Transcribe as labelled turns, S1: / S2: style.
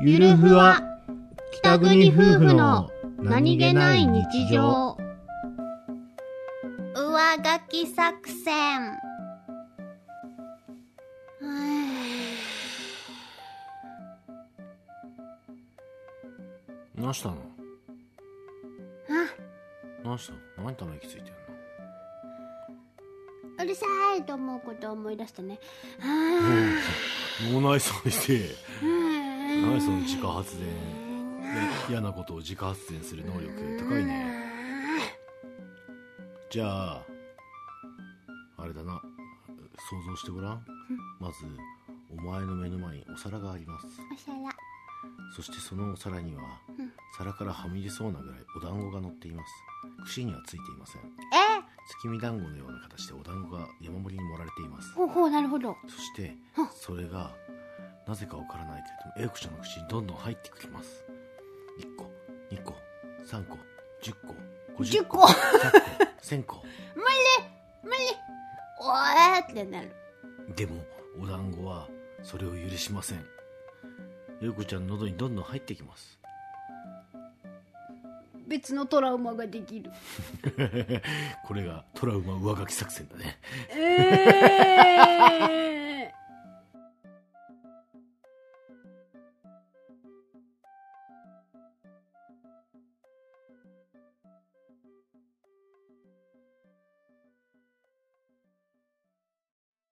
S1: ゆるふわ北国夫婦の
S2: 上書き作 戦うーん
S3: 何したの
S2: あ
S3: 何したの何ため息ついてんの
S2: うるさいと思うことを思い出し てねあ
S3: 脳内再生
S2: ーうーん
S3: 何その自家発電ね嫌なことを自家発電する能力高いねじゃああれだな想像してごらんまずお前の目の前にお皿があります
S2: お皿
S3: そしてそのお皿には
S2: うん
S3: 皿からはみ出そうなぐらいお団子が乗っています串にはついていません
S2: え
S3: 月見団子のような形でお団子が山盛りに盛られています
S2: ほうほうなるほど
S3: そして
S2: あ
S3: それがなぜかわからないけれども英子ちゃんの口にどんどん入ってきます1個2個3個10個50
S2: 10
S3: 個
S2: 個
S3: 100個1000
S2: 無理おえってなる
S3: 個でもお団子はそれを許しません英子ちゃんの喉にどんどん入ってきます
S2: 別のトラウマができる
S3: これがトラウマ上書き作戦だね
S2: えー